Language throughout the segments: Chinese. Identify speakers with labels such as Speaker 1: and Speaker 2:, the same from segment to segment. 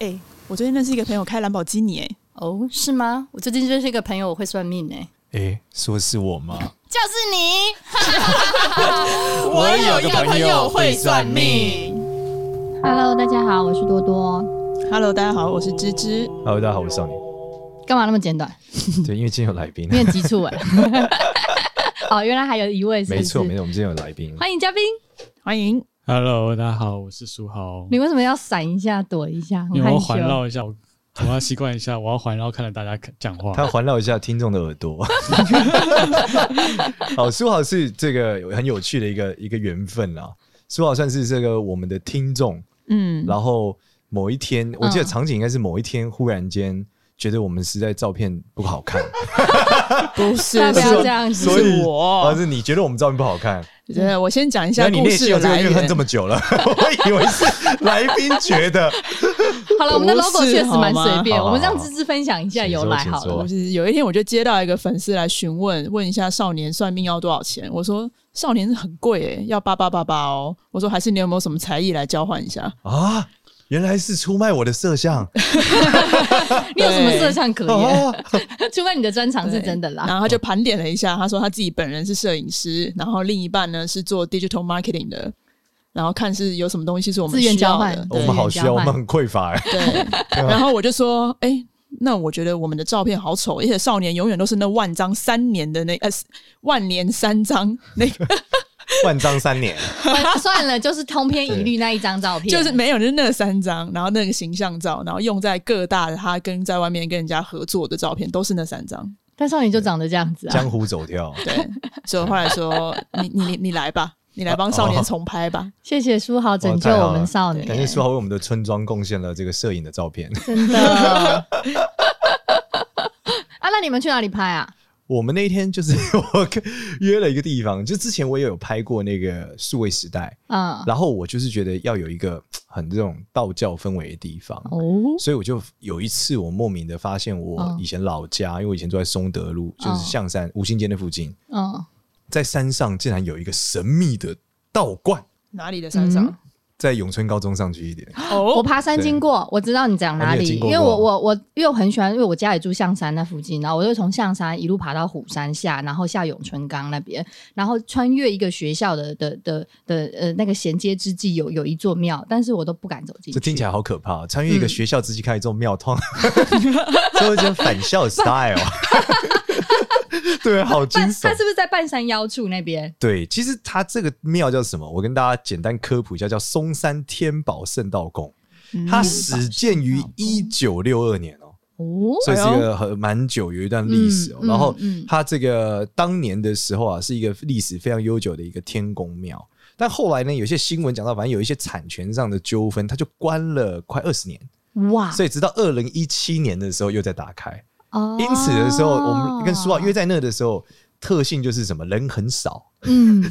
Speaker 1: 哎、我最近认识一个朋友开兰博基尼、哎，
Speaker 2: 哦，是吗？我最近认识一个朋友，我会算命哎、
Speaker 3: 诶，说是我吗？
Speaker 2: 就是你。
Speaker 3: 我有一个朋友会算命。
Speaker 4: Hello，大家好，我是多多。
Speaker 1: Hello，大家好，我是芝芝。
Speaker 3: Hello，大家好，啊我是少年。
Speaker 4: 干嘛那么简短？
Speaker 3: 对，因为今天有来宾啊
Speaker 4: 有， 点急促
Speaker 2: 欸
Speaker 4: 哎。哦，原来还有一位是不是
Speaker 3: 没错没错，我们今天有来宾。
Speaker 4: 欢迎嘉宾，
Speaker 1: 欢迎
Speaker 5: Hello，大家好，我是书豪。
Speaker 4: 你为什么要闪一下、躲一下？
Speaker 5: 你
Speaker 4: 很
Speaker 5: 们
Speaker 4: 害
Speaker 5: 要
Speaker 4: 羞
Speaker 5: 环。绕一下，我我要习惯一下，我要环绕看着大家讲话。
Speaker 3: 他环绕一下听众的耳朵。好，苏豪是这个有很有趣的一个一个缘分啦。苏豪算是这个我们的听众，
Speaker 1: 嗯，
Speaker 3: 然后某一天，我记得
Speaker 4: 嗯
Speaker 3: 场景应该是某一天忽然间觉得我们实在照片不好看，
Speaker 1: 不是
Speaker 4: 大家不要这
Speaker 1: 是
Speaker 4: 样
Speaker 3: 所
Speaker 4: 子。
Speaker 3: 以
Speaker 1: 是
Speaker 3: 哦
Speaker 1: 我
Speaker 3: 而是你觉得我们照片不好看，
Speaker 1: 呃，我先讲一
Speaker 3: 那
Speaker 1: 下
Speaker 3: 你
Speaker 1: 故
Speaker 3: 内
Speaker 1: 事
Speaker 3: 心
Speaker 1: 有
Speaker 3: 有这个
Speaker 1: 来
Speaker 3: 怨恨
Speaker 1: 源
Speaker 3: 这。么久了， 我以为是来宾觉得。
Speaker 4: 好了，我们的 logo
Speaker 1: 不是
Speaker 4: 确实蛮随便，
Speaker 3: 好吗
Speaker 4: 我们让芝芝分享一下由来好
Speaker 3: 请说
Speaker 4: 了
Speaker 3: 请。
Speaker 1: 我是有一天我就接到一个粉丝来询问，问一下少年算命要多少钱。我说少年很贵诶、要八八八八哦。我说还是你有没有什么才艺来交换一下？
Speaker 3: 啊，原来是出卖我的色相
Speaker 4: 你有什么色相可言？
Speaker 3: 啊！
Speaker 4: 除非你的专哦长是
Speaker 1: 对
Speaker 4: 真的
Speaker 1: 然
Speaker 4: 啦。
Speaker 1: 后他就盘点了一下，他说他自己本人是摄影师，然后另一半呢是做 digital marketing 的，然后看是有什么东西是我们
Speaker 4: 自愿
Speaker 1: 需要
Speaker 4: 交换
Speaker 1: 的
Speaker 3: 我
Speaker 1: 对
Speaker 3: 们好需要，
Speaker 4: 对
Speaker 3: 我们很 匮乏 哎。
Speaker 1: 对。然后我就说，哎、那我觉得我们的照片好丑，而且少年永远都是那万张三年的那呃万年三张那个，
Speaker 3: 万张三 年，
Speaker 4: 算了，就是通篇一律那一张照片，
Speaker 1: 就是没有就是那三张，然后那个形象照，然后用在各大的他跟在外面跟人家合作的照片都是那三张。
Speaker 4: 但少女就长得这样子啊。
Speaker 3: 江湖走跳。
Speaker 1: 对，所以我后来说，你你你你来吧，你来帮少
Speaker 3: 哦
Speaker 1: 年重拍 吧。
Speaker 4: 谢谢书豪
Speaker 3: 哇
Speaker 4: 拯救
Speaker 3: 哦太好
Speaker 4: 我们
Speaker 3: 了
Speaker 4: 少
Speaker 3: 感谢
Speaker 4: 年，
Speaker 3: 苏豪为我们的村庄贡献了这个摄影的照片。
Speaker 4: 真的。啊，那你们去哪里拍啊？
Speaker 3: 我们那一天就是我跟约了一个地方，就之前我也有拍过那个数位时代，
Speaker 4: 嗯，
Speaker 3: 然后我就是觉得要有一个很这种道教氛围的地方，
Speaker 4: 哦，
Speaker 3: 所以我就有一次我莫名的发现我
Speaker 4: 嗯
Speaker 3: 以前老家，因为我以前住在松德路，就是
Speaker 4: 嗯
Speaker 3: 象山吴兴街那附近，
Speaker 4: 嗯，
Speaker 3: 在山上竟然有一个神秘的道观，
Speaker 1: 哪里的三张？
Speaker 3: 在永春高中上去一点，
Speaker 4: 我
Speaker 1: 哦，
Speaker 4: 爬山经过，我知道你讲哪
Speaker 3: 啊你有
Speaker 4: 里，
Speaker 3: 经过
Speaker 4: 因为我我我因为我很喜欢，因为我家里住象山那附近，然后我就从象山一路爬到虎山下，然后下永春岗那边，然后穿越一个学校的的的的呃那个衔接之际有有一座庙，但是我都不敢走进去。
Speaker 3: 这听起来好可怕、哦！穿越一个学校自己开这种庙通， 这有点反校 style。对，好惊
Speaker 4: 半他
Speaker 3: 悚
Speaker 4: 是。不是在半山腰处那边？
Speaker 3: 对，其实它这个庙叫什么？我跟大家简单科普一下，叫松山天宝圣道宫。它
Speaker 1: 嗯
Speaker 3: 始建于一九六二年哦，
Speaker 4: 哦，
Speaker 3: 所以是一个很蛮久有一段历史哦。
Speaker 4: 嗯
Speaker 3: 然后
Speaker 4: 嗯嗯
Speaker 3: 它这个当年的时候啊，是一个历史非常悠久的一个天宫庙。但后来呢，有些新闻讲到，反正有一些产权上的纠纷，它就关了快二十年。
Speaker 4: 哇！
Speaker 3: 哎所以直到二零一七年的时候又再打开。
Speaker 4: 哦
Speaker 3: 因此的时候，我们跟苏浩 约，在那的时候，特性就是什么人很少，
Speaker 4: 嗯，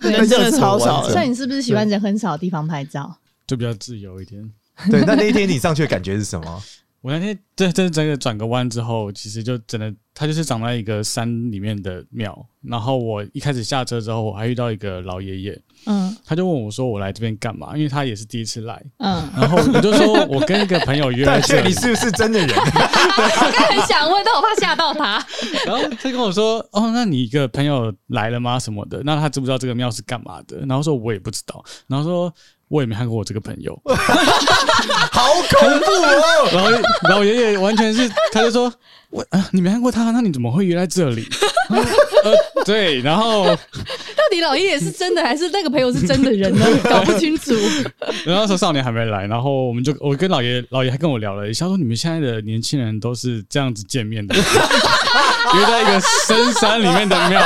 Speaker 1: 人真的超少的
Speaker 4: 所以
Speaker 3: 热忱完整
Speaker 4: 你是不是喜欢人很少的地方拍照？
Speaker 5: 就比较自由一点。
Speaker 3: 对，那那一天你上去的感觉是什么？
Speaker 5: 我那天这这这个转个弯之后，其实就真的，它就是长在一个山里面的庙。然后我一开始下车之后，我还遇到一个老爷爷，
Speaker 4: 嗯
Speaker 5: 他就问我说：“我来这边干嘛？”因为他也是第一次来。
Speaker 4: 嗯，
Speaker 5: 然后我就说：“我跟一个朋友约
Speaker 3: 但
Speaker 5: 了
Speaker 3: 确
Speaker 5: 这
Speaker 3: 你
Speaker 5: 里。
Speaker 3: 是不是真的人？
Speaker 4: 我刚很想问，但我怕吓到他。”
Speaker 5: 然后他跟我说：“哦，那你一个朋友来了吗？什么的？那他知不知道这个庙是干嘛的？”然后说：“我也不知道。”然后说：“我也没看过我这个朋友。”
Speaker 3: 好恐怖哦！
Speaker 5: 然后老爷爷完全是，他就说：“我啊，你没看过他，那你怎么会约在这里？”呃，对，然后
Speaker 4: 到底老爷爷是真的还是那个朋友是真的人 呢？搞不清楚。
Speaker 5: 然后那时候少年还没来，然后我们就我跟老爷老爷还跟我聊了一下，说你们现在的年轻人都是这样子见面的， 约在一个深山里面的庙，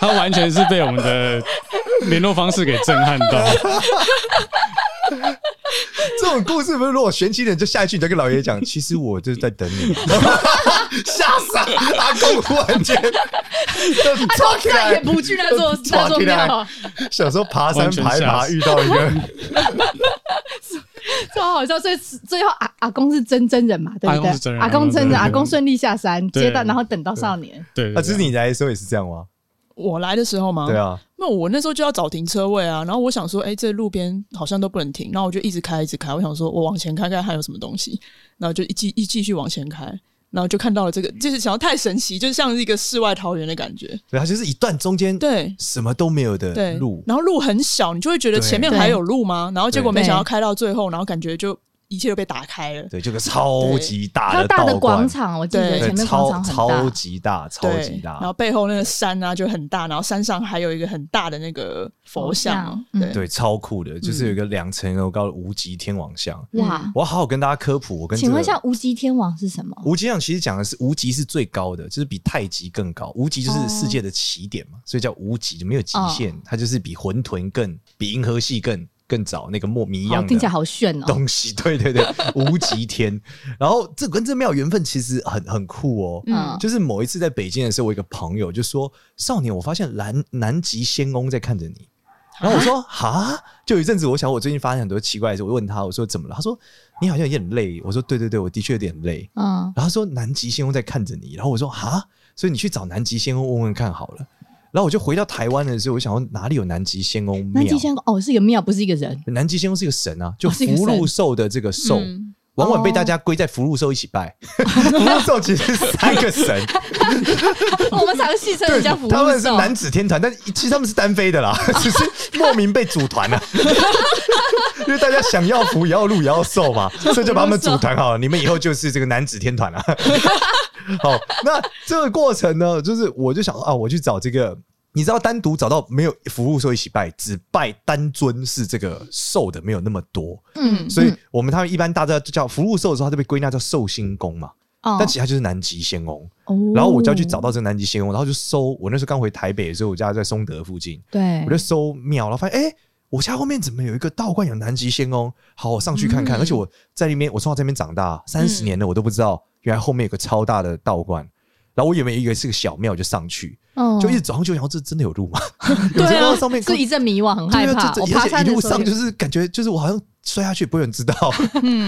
Speaker 5: 他完全是被我们的联络方式给震撼到。
Speaker 3: 这种故事不是，如果玄机的人就下一句你就跟老爷 讲，其实我就是在等你， 吓死啊阿公！忽然间就 抓起
Speaker 4: 再也
Speaker 3: 来，
Speaker 4: 不去那 座那
Speaker 3: 抓
Speaker 4: 座
Speaker 3: 起来
Speaker 4: 庙了，
Speaker 3: 小时候爬山
Speaker 5: 完全
Speaker 3: 爬一
Speaker 5: 吓
Speaker 3: 爬
Speaker 5: 死
Speaker 3: 遇到一个，
Speaker 4: 超好笑。最最后阿阿公是真真人嘛，对
Speaker 5: 阿
Speaker 4: 不
Speaker 5: 公是真
Speaker 4: 对？
Speaker 5: 人
Speaker 4: 阿公真
Speaker 5: 对对
Speaker 4: 人，
Speaker 5: 对
Speaker 4: 阿公顺利下山，
Speaker 5: 对
Speaker 4: 接到然后等到少年。
Speaker 5: 对，对
Speaker 3: 啊啊，这是你来的时候也是这样吗？
Speaker 1: 我来的时候吗？
Speaker 3: 对啊，
Speaker 1: 那我那时候就要找停车位啊，然后我想说，哎、这路边好像都不能停，然后我就一直开，一直开，我想说我往前开看还有什么东西， 然后就一继一继续往前开，然后就看到了这个，就是想要太神奇，就是像是一个世外桃源的感觉，
Speaker 3: 对，它就是一段中间
Speaker 1: 对。
Speaker 3: 什么都没有
Speaker 1: 对
Speaker 3: 的，路，
Speaker 1: 然后路很小，你就会觉得
Speaker 3: 对
Speaker 1: 前面还有路吗？然后结果
Speaker 4: 对
Speaker 1: 没想到开到最后，然后感觉就一切都被打开了。
Speaker 3: 对，就个超级大
Speaker 4: 它
Speaker 3: 的
Speaker 4: 大的
Speaker 3: 道
Speaker 4: 广
Speaker 3: 观，
Speaker 4: 场，我记得
Speaker 1: 对
Speaker 4: 前
Speaker 3: 对，
Speaker 4: 面广
Speaker 3: 超
Speaker 4: 场
Speaker 3: 超
Speaker 4: 很大。
Speaker 3: 级大，超
Speaker 1: 对，
Speaker 3: 级大，
Speaker 1: 然后背后那个山啊就很大，然后山上还有一个很大的那个佛像哦，
Speaker 4: 佛像嗯
Speaker 1: 对
Speaker 3: 对，超酷的，就是有一个两层楼高的无极天王像。
Speaker 4: 哇！
Speaker 3: 我要好好跟大家科普，我跟、这
Speaker 4: 请问
Speaker 3: 个
Speaker 4: 一下，无极天王是什么？
Speaker 3: 无极天王其实讲的是无极是最高的，就是比太极更高。无极
Speaker 4: 哦
Speaker 3: 就是世界的起点嘛，所以叫无极，就没有极限，它就是比混沌更，比银河系更更早那个莫名一
Speaker 4: 好
Speaker 3: 样的。
Speaker 4: 听起来好炫哦！
Speaker 3: 东西， 对对对，无极天。然后这跟这庙缘分其实很很酷哦。
Speaker 4: 嗯
Speaker 3: 就是某一次在北京的时候，我一个朋友就说：“少年，我发现南南极仙翁在看着你。”
Speaker 4: 啊
Speaker 3: 然后我说：“哈，就有一阵子，我想我最近发现很多奇怪的事，我问他，我说怎么了？他说你好像有点累。我说对对对，我的确有点累。
Speaker 4: 嗯，
Speaker 3: 然后他说南极仙翁在看着你。然后我说哈，所以你去找南极仙翁问问看好了。然后我就回到台湾的时候，我想说哪里有南极仙翁庙
Speaker 4: 南？极仙哦是一个庙，不是一个人。
Speaker 3: 南极仙翁是一个神啊，就是
Speaker 4: 一个
Speaker 3: 福禄
Speaker 4: 神哦
Speaker 3: 寿的这个寿。
Speaker 1: 嗯
Speaker 3: 往往被大家归在福禄寿一起拜， 福禄寿其实是三个神，
Speaker 4: 我们常戏称人家福
Speaker 3: 他们
Speaker 4: 禄
Speaker 3: 是
Speaker 4: 寿，
Speaker 3: 男子天团，但其实他们是单飞 的啦，只是莫名被组团了。因为大家想要福也要禄也要 寿嘛，所以就把他们组团好了。你们以后就是这个男子天团了。好，那这个过程呢，就是我就想啊，我去找这个，你知道单独找到没有福禄寿一起拜，只拜单尊是这个寿的没有那么多，
Speaker 4: 嗯
Speaker 3: 所以我们他们一般大家就叫福禄寿的时候，他就被归纳叫寿星公嘛。
Speaker 4: 哦
Speaker 3: 但其实它就是南极仙翁。
Speaker 4: 哦
Speaker 3: 然后我就要去找到这个南极仙翁，然后就搜。我那时候刚回台北的时候，我家在松德附近，
Speaker 4: 对
Speaker 3: 我，就搜庙，然后发现哎、诶我家后面怎么有一个道观有南极仙翁？好，我上去看
Speaker 4: 嗯
Speaker 3: 看。而且我在那边，我从小在那边长大，三十年了，我都不知道原来后面有个超大的道观。然后我以为一个是个小庙，我就上去，
Speaker 4: 嗯
Speaker 3: 就一直走上去，我想说这真的有 路吗？有
Speaker 4: 对
Speaker 3: 时
Speaker 4: 啊
Speaker 3: 候，上面
Speaker 4: 是一阵迷惘，很
Speaker 3: 对
Speaker 4: 害
Speaker 3: 啊，
Speaker 4: 怕。
Speaker 3: 这
Speaker 4: 我
Speaker 3: 这
Speaker 4: 爬
Speaker 3: 而且
Speaker 4: 山
Speaker 3: 一
Speaker 4: 的
Speaker 3: 路
Speaker 4: 时候
Speaker 3: 上
Speaker 4: 也，
Speaker 3: 就是感觉就是我好像摔下去不会有人知 道，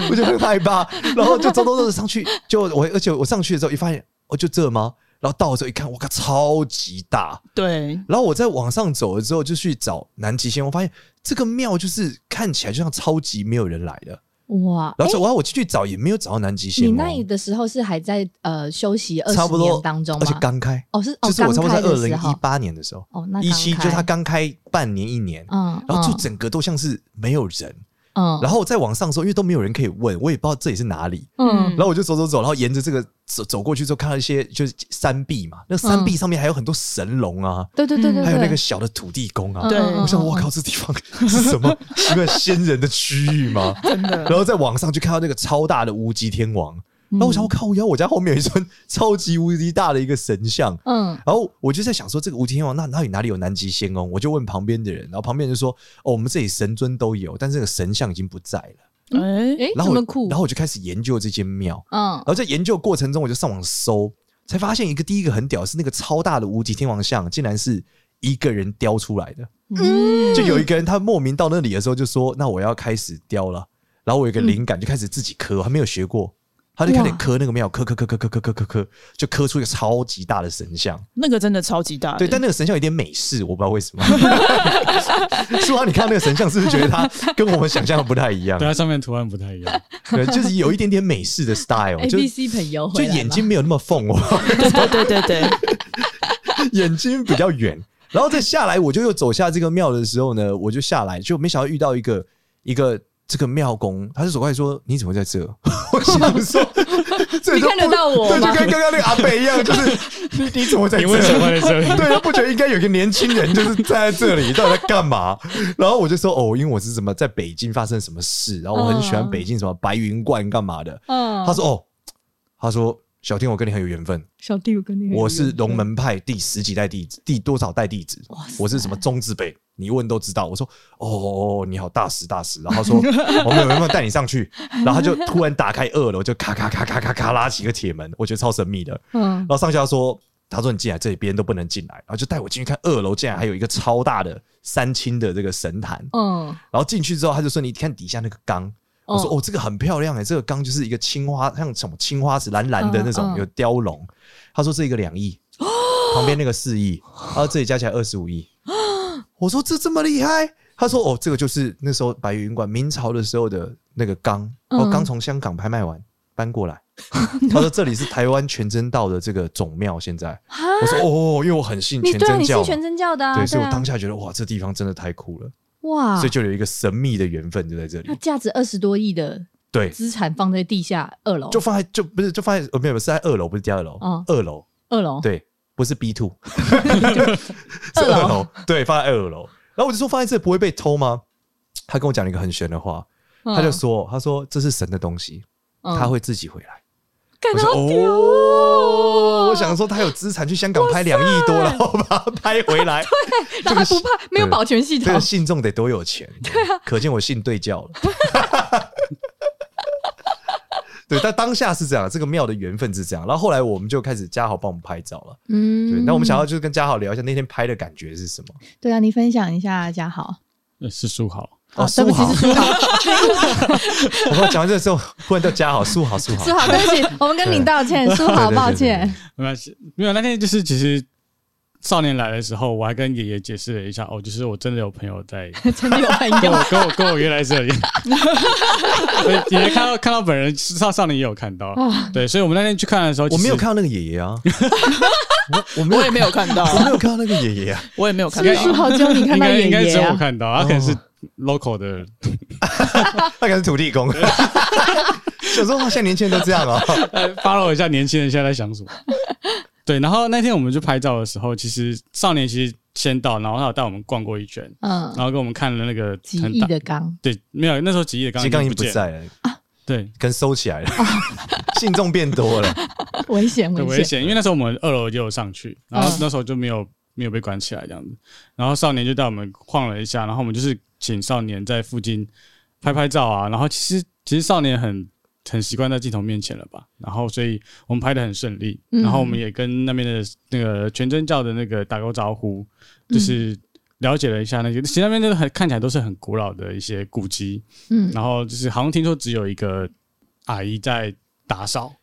Speaker 3: 我就很害怕，然后就走走走走上去，就我而且我上去的时候一发现，哦就这吗？然后到的时候一看，我靠，超级大！
Speaker 1: 对，
Speaker 3: 然后我在往上走了之后，就去找南极仙，我发现这个庙就是看起来就像超级没有人来的。
Speaker 4: 哇！
Speaker 3: 然后我我去找也没有找到南极仙
Speaker 4: 你
Speaker 3: 翁，
Speaker 4: 那里的时候是还在呃休息二
Speaker 3: 差
Speaker 4: 十
Speaker 3: 不
Speaker 4: 年
Speaker 3: 多
Speaker 4: 当中吗？
Speaker 3: 而且刚开，
Speaker 4: 哦是
Speaker 3: 就
Speaker 4: 哦
Speaker 3: 是我差不
Speaker 4: 刚
Speaker 3: 多在
Speaker 4: 开
Speaker 3: 二
Speaker 4: 的时
Speaker 3: 零一
Speaker 4: 候
Speaker 3: 八年的时候，
Speaker 4: 哦那
Speaker 3: 一七
Speaker 4: 刚
Speaker 3: 就
Speaker 4: 开
Speaker 3: 他刚开半年一年，
Speaker 4: 嗯，
Speaker 3: 然后就
Speaker 4: 嗯
Speaker 3: 整个都像是没有人。
Speaker 4: 嗯
Speaker 3: 然后我再往上的时候，因为都没有人可以问，我也不知道这里是哪里。
Speaker 4: 嗯
Speaker 1: 嗯
Speaker 3: 然后我就走走走，然后沿着这个走走过去之后，看到一些就是山壁嘛，那山壁上面还有很多神龙啊，
Speaker 4: 对对对对，
Speaker 3: 还有那
Speaker 4: 对
Speaker 3: 个小的土地公啊。
Speaker 4: 嗯
Speaker 1: 对
Speaker 4: 嗯嗯
Speaker 3: 我想，
Speaker 4: 嗯
Speaker 3: 我靠，这地方是什么奇怪仙人的区域 吗？
Speaker 1: 真的
Speaker 3: 然后在网上就看到那个超大的无极天王，
Speaker 4: 嗯
Speaker 3: 然后我想，我靠，我要我家后面有一尊超级无敌大的一个神像，
Speaker 4: 嗯
Speaker 3: 然后我就在想说，这个无极天王那哪里哪里有南极仙翁？我就问旁边的人，然后旁边人就说：“哦，我们这里神尊都有，但是这个神像已经不在了。
Speaker 1: 哎、
Speaker 4: 哎”这
Speaker 3: 然后
Speaker 4: 么
Speaker 3: 我，
Speaker 4: 酷
Speaker 3: 然，后我就开始研究这间庙。
Speaker 4: 嗯
Speaker 3: 然后在研究过程中，我就上网搜，才发现一个第一个很屌是那个超大的无极天王像，竟然是一个人雕出来的。
Speaker 4: 嗯
Speaker 3: 就有一个人他莫名到那里的时候就说：“那我要开始雕了。”然后我有一个灵感，就开始自己刻，我还没有学过。他就开始
Speaker 4: 哇
Speaker 3: 刻那个庙，刻刻刻刻刻刻刻刻刻，就刻出一个超级大的神像。
Speaker 1: 那个真的超级大的，
Speaker 3: 对，但那个神像有点美式，我不知道为什么。舒华，你看到那个神像是不是觉得它跟我们想象的不太一样
Speaker 5: 对？它上面图案不太一样。
Speaker 3: 对，就是有一点点美式的 style，
Speaker 4: ，A
Speaker 3: 就
Speaker 4: B C 朋友
Speaker 3: 就
Speaker 4: 回来
Speaker 3: 眼
Speaker 4: 吧
Speaker 3: 睛没有那么缝哦，
Speaker 1: 对对对对
Speaker 3: 眼睛比较远。然后再下来，我就又走下这个庙的时候呢，我就下来，就没想到遇到一个一个这个庙公，他就走过来说：“你怎么在这？” 我想 说，这
Speaker 4: 你
Speaker 3: 就
Speaker 4: 看得
Speaker 3: 不
Speaker 4: 到我
Speaker 3: 对，就
Speaker 4: 吗
Speaker 3: 跟刚刚那个阿北一样，就是 你你怎么在这？
Speaker 5: 你为什么在这里？
Speaker 3: 对，他不觉得应该有一个年轻人就是站在这里，到底在干嘛？然后我就说哦，因为我是怎么在北京发生什么事，然后我很喜欢北京什么白云观干嘛的。
Speaker 4: 嗯，
Speaker 3: 他说哦，他说小天，我跟你很有缘分，
Speaker 4: 小弟我跟你很
Speaker 3: 我是
Speaker 4: 有缘
Speaker 3: 龙门派第十几代弟子，第多少代弟子？我是什么中字辈？你一问都知道。我说哦哦，哦你好大师大师。然后他说我们有没有带你上去？然后他就突然打开二楼，就咔咔咔咔咔咔拉起一个铁门，我觉得超神秘的。
Speaker 4: 嗯
Speaker 3: 然后上下说，他说你进来这里，别人都不能进来，然后就带我进去看二楼，竟然还有一个超大的三清的这个神坛。
Speaker 4: 嗯
Speaker 3: 然后进去之后，他就说你看底下那个缸，我
Speaker 4: 嗯
Speaker 3: 说哦，这个很漂亮哎、这个缸就是一个青花，像什么青花瓷蓝蓝的那种，
Speaker 4: 嗯嗯
Speaker 3: 有雕龙。 他说这一个两亿，旁边那个四亿，然后这里加起来二十五亿。我说这这么厉害？他说哦，这个就是那时候白云馆明朝的时候的那个缸，
Speaker 4: 嗯
Speaker 3: 哦，刚从香港拍卖完搬 过来。他说这里是台湾全真道的这个总庙，现在我说哦，因为我很信
Speaker 4: 你
Speaker 3: 全
Speaker 4: 对啊，
Speaker 3: 真
Speaker 4: 你
Speaker 3: 教
Speaker 4: 是
Speaker 3: 嘛，
Speaker 4: 全真教的啊，
Speaker 3: 对，所以
Speaker 4: 啊
Speaker 3: 我当下觉得哇，这地方真的太酷了，
Speaker 4: 哇
Speaker 3: 所以，就有一个神秘的缘分就在这里
Speaker 4: 啊那。价值二十多亿的
Speaker 3: 对，
Speaker 4: 资产放在地下二楼，
Speaker 3: 就放在就不是就放在呃没有是在二楼，不是第二楼
Speaker 4: 哦，
Speaker 3: 二楼
Speaker 4: 二楼，
Speaker 3: 对，不是 B two，是
Speaker 4: 二楼
Speaker 3: 二楼对，放在二楼。然后我就说放在这不会被偷吗？他跟我讲了一个很玄的话，
Speaker 4: 嗯，
Speaker 3: 他就说他说这是神的东西，
Speaker 4: 嗯
Speaker 3: 他会自己回来。
Speaker 4: 干
Speaker 3: 我说
Speaker 4: 好屌哦
Speaker 3: 哦，我想说他有资产去香港拍两亿多，然后把它拍 回来，
Speaker 4: 然后还不怕没有保全系
Speaker 3: 这
Speaker 4: 统
Speaker 3: 个，信众得多有钱，对啊，可见我信对教了。 对，但当下是这样，这个庙的缘分是这样。然后后来我们就开始嘉豪帮我们拍照了。对，
Speaker 4: 嗯
Speaker 3: 那我们想要就是跟嘉豪聊一下那天拍的感觉是什么？
Speaker 4: 对啊，你分享一下嘉豪，
Speaker 5: 呃是书豪，
Speaker 3: 哦，
Speaker 4: 对
Speaker 3: 苏
Speaker 4: 不起
Speaker 3: 豪，
Speaker 4: 是苏豪，
Speaker 3: 我刚讲完这时候，忽然叫嘉豪，苏豪，苏豪，
Speaker 4: 苏豪，对不起，我们跟你道歉，苏豪
Speaker 3: 对对对
Speaker 4: 抱歉，
Speaker 5: 没关系，没有那天就是其实少年来的时候，我还跟爷爷解释了一下，哦，就是我真的有朋友在
Speaker 4: 真的有朋
Speaker 5: 跟
Speaker 4: 友
Speaker 5: 我跟我跟我约来这里， 所以爷爷看到看到本人，少少年也有看到，
Speaker 4: 啊，
Speaker 5: 对，所以我们那天去看的时候，
Speaker 3: 我没有
Speaker 5: 其实
Speaker 3: 看到那个爷爷啊，我我没
Speaker 1: 我也
Speaker 3: 有，
Speaker 1: 没有看 到，
Speaker 3: 我没有看到那个爷爷啊，
Speaker 1: 我也没有
Speaker 4: 是
Speaker 1: 看
Speaker 4: 不
Speaker 1: 到
Speaker 4: 是。苏豪只有你看
Speaker 5: 应
Speaker 4: 到
Speaker 5: 该
Speaker 4: 爷
Speaker 5: 应该只
Speaker 4: 爷
Speaker 5: 有我
Speaker 4: 啊？
Speaker 5: 看到，他可能是 local 的，
Speaker 3: 他可能是土地公。小时候好像年轻人都这样哦，
Speaker 5: 呃，follow 一下年轻人现在在想什么。对，然后那天我们去拍照的时候，其实少年其实先到，然后他有带我们逛过一圈，
Speaker 4: 嗯，
Speaker 5: 然后给我们看了那个
Speaker 4: 几
Speaker 5: 很
Speaker 4: 亿
Speaker 5: 大，
Speaker 4: 的缸，
Speaker 5: 对，没有那时候吉野刚
Speaker 3: 金刚已经
Speaker 5: 不
Speaker 3: 不
Speaker 5: 见了，
Speaker 3: 在了，
Speaker 5: 对，
Speaker 3: 跟收起来了， 信众变多了。
Speaker 4: 危险
Speaker 5: 很
Speaker 4: 危
Speaker 5: 危
Speaker 4: 险，
Speaker 5: 险，因为那时候我们二楼也有上去，然后
Speaker 4: 嗯
Speaker 5: 那时候就没有没有被关起来这样子，然后少年就带我们晃了一下，然后我们就是请少年在附近拍拍照啊，然后其实其实少年很很习惯在镜头面前了吧，然后所以我们拍的很顺利，
Speaker 4: 嗯
Speaker 5: 然后我们也跟那边的那个全真教的那个打过招呼，
Speaker 4: 嗯
Speaker 5: 就是。了解了一下那些，其实那边就是很看起来都是很古老的一些古迹，
Speaker 4: 嗯，
Speaker 5: 然后就是好像听说只有一个阿姨在打扫，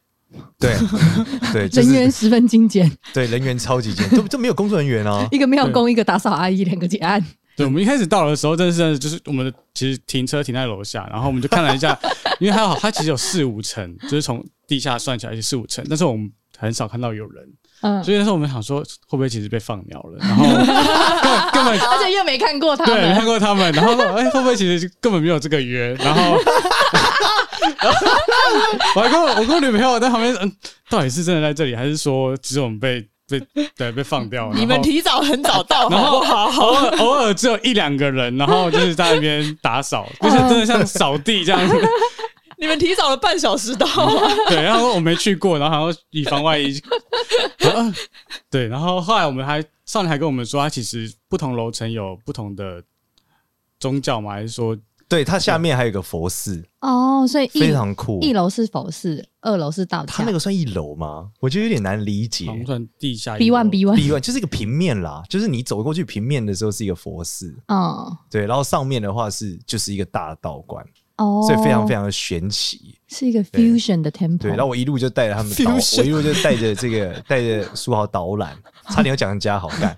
Speaker 3: 对对，就
Speaker 4: 人员
Speaker 3: 是
Speaker 4: 十分精简，
Speaker 3: 对人员超级简，就就没有工作人员啊。
Speaker 4: 一个庙工，一个打扫阿姨，两个结案，
Speaker 5: 对，我们一开始到的时候，真的是就是我们的其实停车停在楼下，然后我们就看了一 下，因为还好它其实有四五层，就是从地下算起来是四五层，但是我们很少看到有人，
Speaker 4: 嗯，
Speaker 5: 所以那时候我们想说会不会其实被放鸟了，然后根本根本
Speaker 4: 而且又没看过他
Speaker 5: 对没
Speaker 4: 们
Speaker 5: 看，过他们，然后说哎、会不会其实根本没有这个约，然后。 我还跟我我跟我女朋友在旁边，嗯，到底是真的在这里，还是说只是我们被被对被放掉了？
Speaker 1: 你
Speaker 5: 然
Speaker 1: 们
Speaker 5: 后
Speaker 1: 提早很早到，
Speaker 5: 然
Speaker 1: 好
Speaker 5: 后
Speaker 1: 不好？
Speaker 5: 偶尔偶尔只有一两个人，然后就是在那边打扫，
Speaker 1: 嗯
Speaker 5: 而且真的像扫地这样子。
Speaker 1: 你们提早了半小时到，
Speaker 5: 对，然后我没去过，然后好像以防万一。啊对，然后后来我们还上来还跟我们说，他其实不同楼层有不同的宗教嘛，还是说
Speaker 3: 对，它下面还有一个佛寺，
Speaker 4: 哦，所以
Speaker 3: 非
Speaker 4: 一
Speaker 3: 常酷。
Speaker 4: 一楼是佛寺，二楼是道
Speaker 3: 它
Speaker 4: 教
Speaker 3: 那个算一楼吗？我觉得有点难理解
Speaker 5: 好。
Speaker 4: 哦
Speaker 5: 像算地下一
Speaker 4: ，B
Speaker 5: 楼
Speaker 4: one B one，
Speaker 3: B one 就是一个平面啦，就是你走过去平面的时候是一个佛寺，
Speaker 4: 嗯，
Speaker 3: 对，然后上面的话是就是一个大道观，
Speaker 4: 哦，
Speaker 3: 所以非常非常的玄奇。
Speaker 4: 是一个 fusion 的 temple，
Speaker 3: 对，然后我一路就带着他们导，
Speaker 1: Fusion
Speaker 3: 我一路就带着这 个带着书豪导览，差点要讲人家好干，